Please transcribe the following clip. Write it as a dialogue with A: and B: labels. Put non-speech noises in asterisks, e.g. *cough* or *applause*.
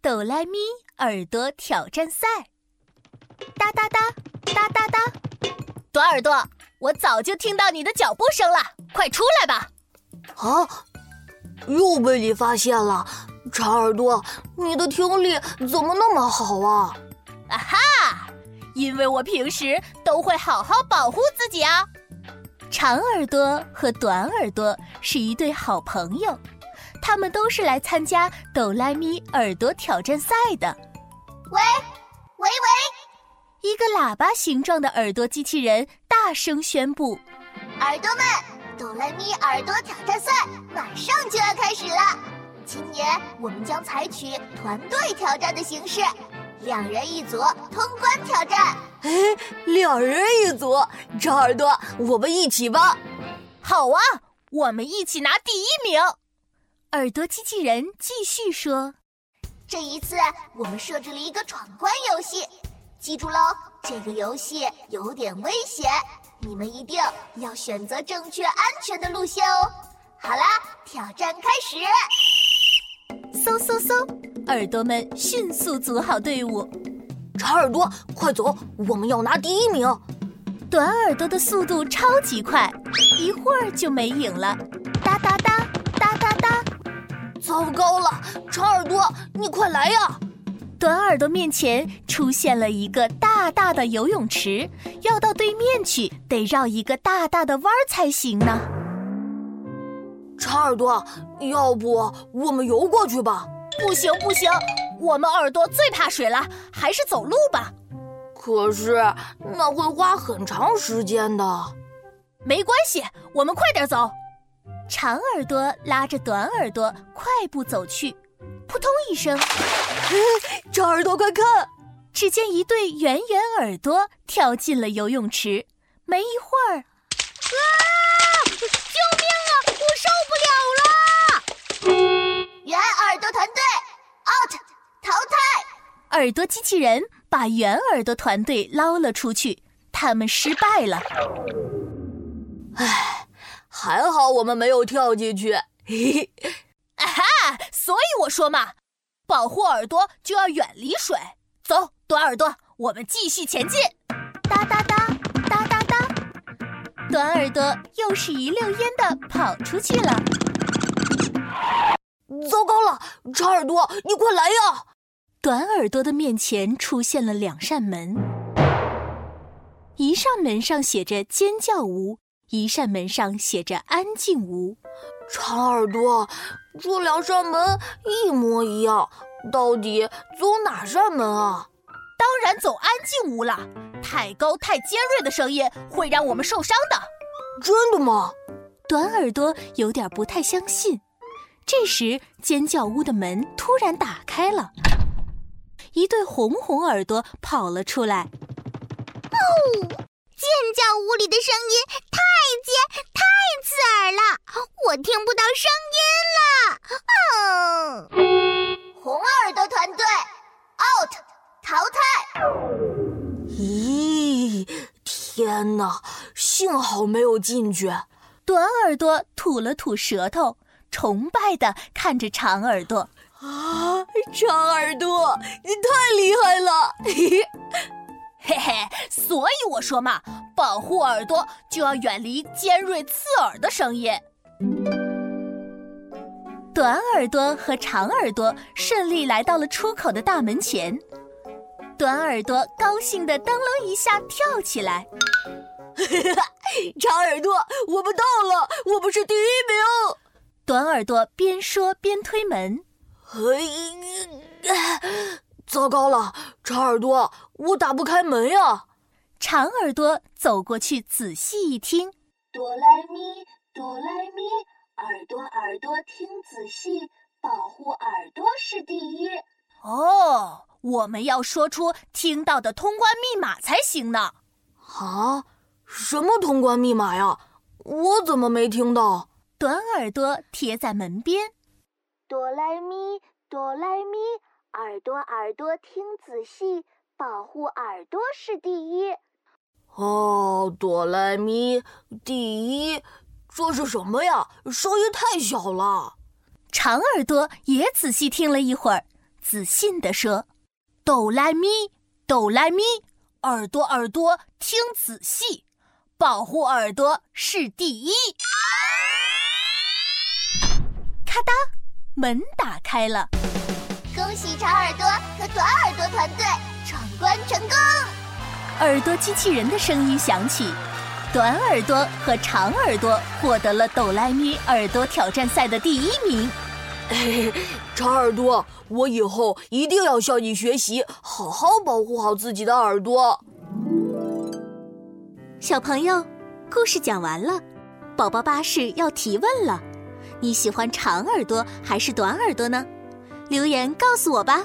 A: 哆来咪耳朵挑战赛，哒哒哒哒哒哒，短耳朵，我早就听到你的脚步声了，快出来吧！
B: 啊，又被你发现了，长耳朵，你的听力怎么那么好啊？
A: 啊哈，因为我平时都会好好保护自己啊。长耳朵和短耳朵是一对好朋友，他们都是来参加哆来咪耳朵挑战赛的。
C: 喂，喂喂，
A: 一个喇叭形状的耳朵机器人大声宣布
C: 耳朵们，哆来咪耳朵挑战赛马上就要开始了。今年我们将采取团队挑战的形式，两人一组通关挑战。
B: 哎，两人一组，长耳朵，我们一起吧。：“
A: 好啊，我们一起拿第一名！”耳朵机器人继续说
C: 这一次我们设置了一个闯关游戏，记住喽，这个游戏有点危险，你们一定要选择正确安全的路线哦。好啦，挑战开始。：“
A: 嗖嗖嗖！”耳朵们迅速组好队伍，
B: 长耳朵，快走，我们要拿第一名。
A: 短耳朵的速度超级快，一会儿就没影了。哒哒哒哒哒哒，
B: 糟糕了，长耳朵，你快来呀！
A: 短耳朵面前出现了一个大大的游泳池，要到对面去得绕一个大大的弯儿才行呢。
B: 长耳朵，要不我们游过去吧？
A: 不行不行，我们耳朵最怕水了，还是走路吧。
B: 可是那会花很长时间的。
A: 没关系，我们快点走。长耳朵拉着短耳朵快步走去，扑通一 *laughs* 声，
B: 长耳朵，快看！
A: 只见一对圆圆耳朵跳进了游泳池。没一会儿，啊
C: 圆耳朵团队 out 淘汰。
A: 耳朵机器人把圆耳朵团队捞了出去，他们失败了。
B: 还好我们没有跳进去。 *laughs* 嘿嘿，
A: 啊哈！所以我说嘛，保护耳朵就要远离水。走，短耳朵，我们继续前进。哒哒哒哒哒哒，短耳朵又是一溜烟的跑出去了。
B: 糟糕了，长耳朵，你快来呀！
A: 短耳朵的面前出现了两扇门，一扇门上写着“尖叫屋”，一扇门上写着“安静屋
B: 长耳朵，这两扇门一模一样，到底走哪扇门啊？”。
A: 当然走安静屋了，太高太尖锐的声音会让我们受伤的。
B: 真的吗？
A: 短耳朵有点不太相信。这时，尖叫屋的门突然打开了，一对红红耳朵跑了出来。
D: 尖叫屋里的声音太尖、太刺耳了，我听不到声音了。哦，
C: 红耳朵团队 out 淘汰。
B: 咦，天哪！幸好没有进去。啊
A: 短耳朵吐了吐舌头，崇拜地看着长耳朵。
B: 啊，长耳朵，你太厉害了！ *laughs* 嘿嘿，
A: 嘿嘿，所以我说嘛，保护耳朵就要远离尖锐刺耳的声音。短耳朵和长耳朵顺利来到了出口的大门前，短耳朵高兴的噔楞一下跳起来，
B: 长耳朵，我们到了，我们是第一名。
A: 短耳朵边说边推门，
B: 哎，糟糕了，长耳朵，我打不开门呀！
A: 长耳朵走过去仔细一听，
C: 哆来咪，哆来咪，耳朵耳朵听仔细，保护耳朵是第一。
A: 哦，我们要说出听到的通关密码才行呢。
B: 啊，什么通关密码呀？我怎么没听到？
A: 短耳朵贴在门边，
C: 哆来咪，哆来咪，耳朵耳朵听仔细，保护耳朵是第一。
B: 哦，哆来咪第一，这是什么呀？声音太小了。
A: 长耳朵也仔细听了一会儿，自信地说：“哆来咪，哆来咪，耳朵耳朵听仔细，保护耳朵是第一。”咔哒，门打开了。
C: 恭喜长耳朵和短耳朵团队闯关成功！
A: 耳朵机器人的声音响起，短耳朵和长耳朵获得了哆来咪耳朵挑战赛的第一名。
B: 长耳朵，我以后一定要向你学习，好好保护好自己的耳朵。
A: 小朋友，故事讲完了，宝宝巴士要提问了，你喜欢长耳朵还是短耳朵呢？留言告诉我吧。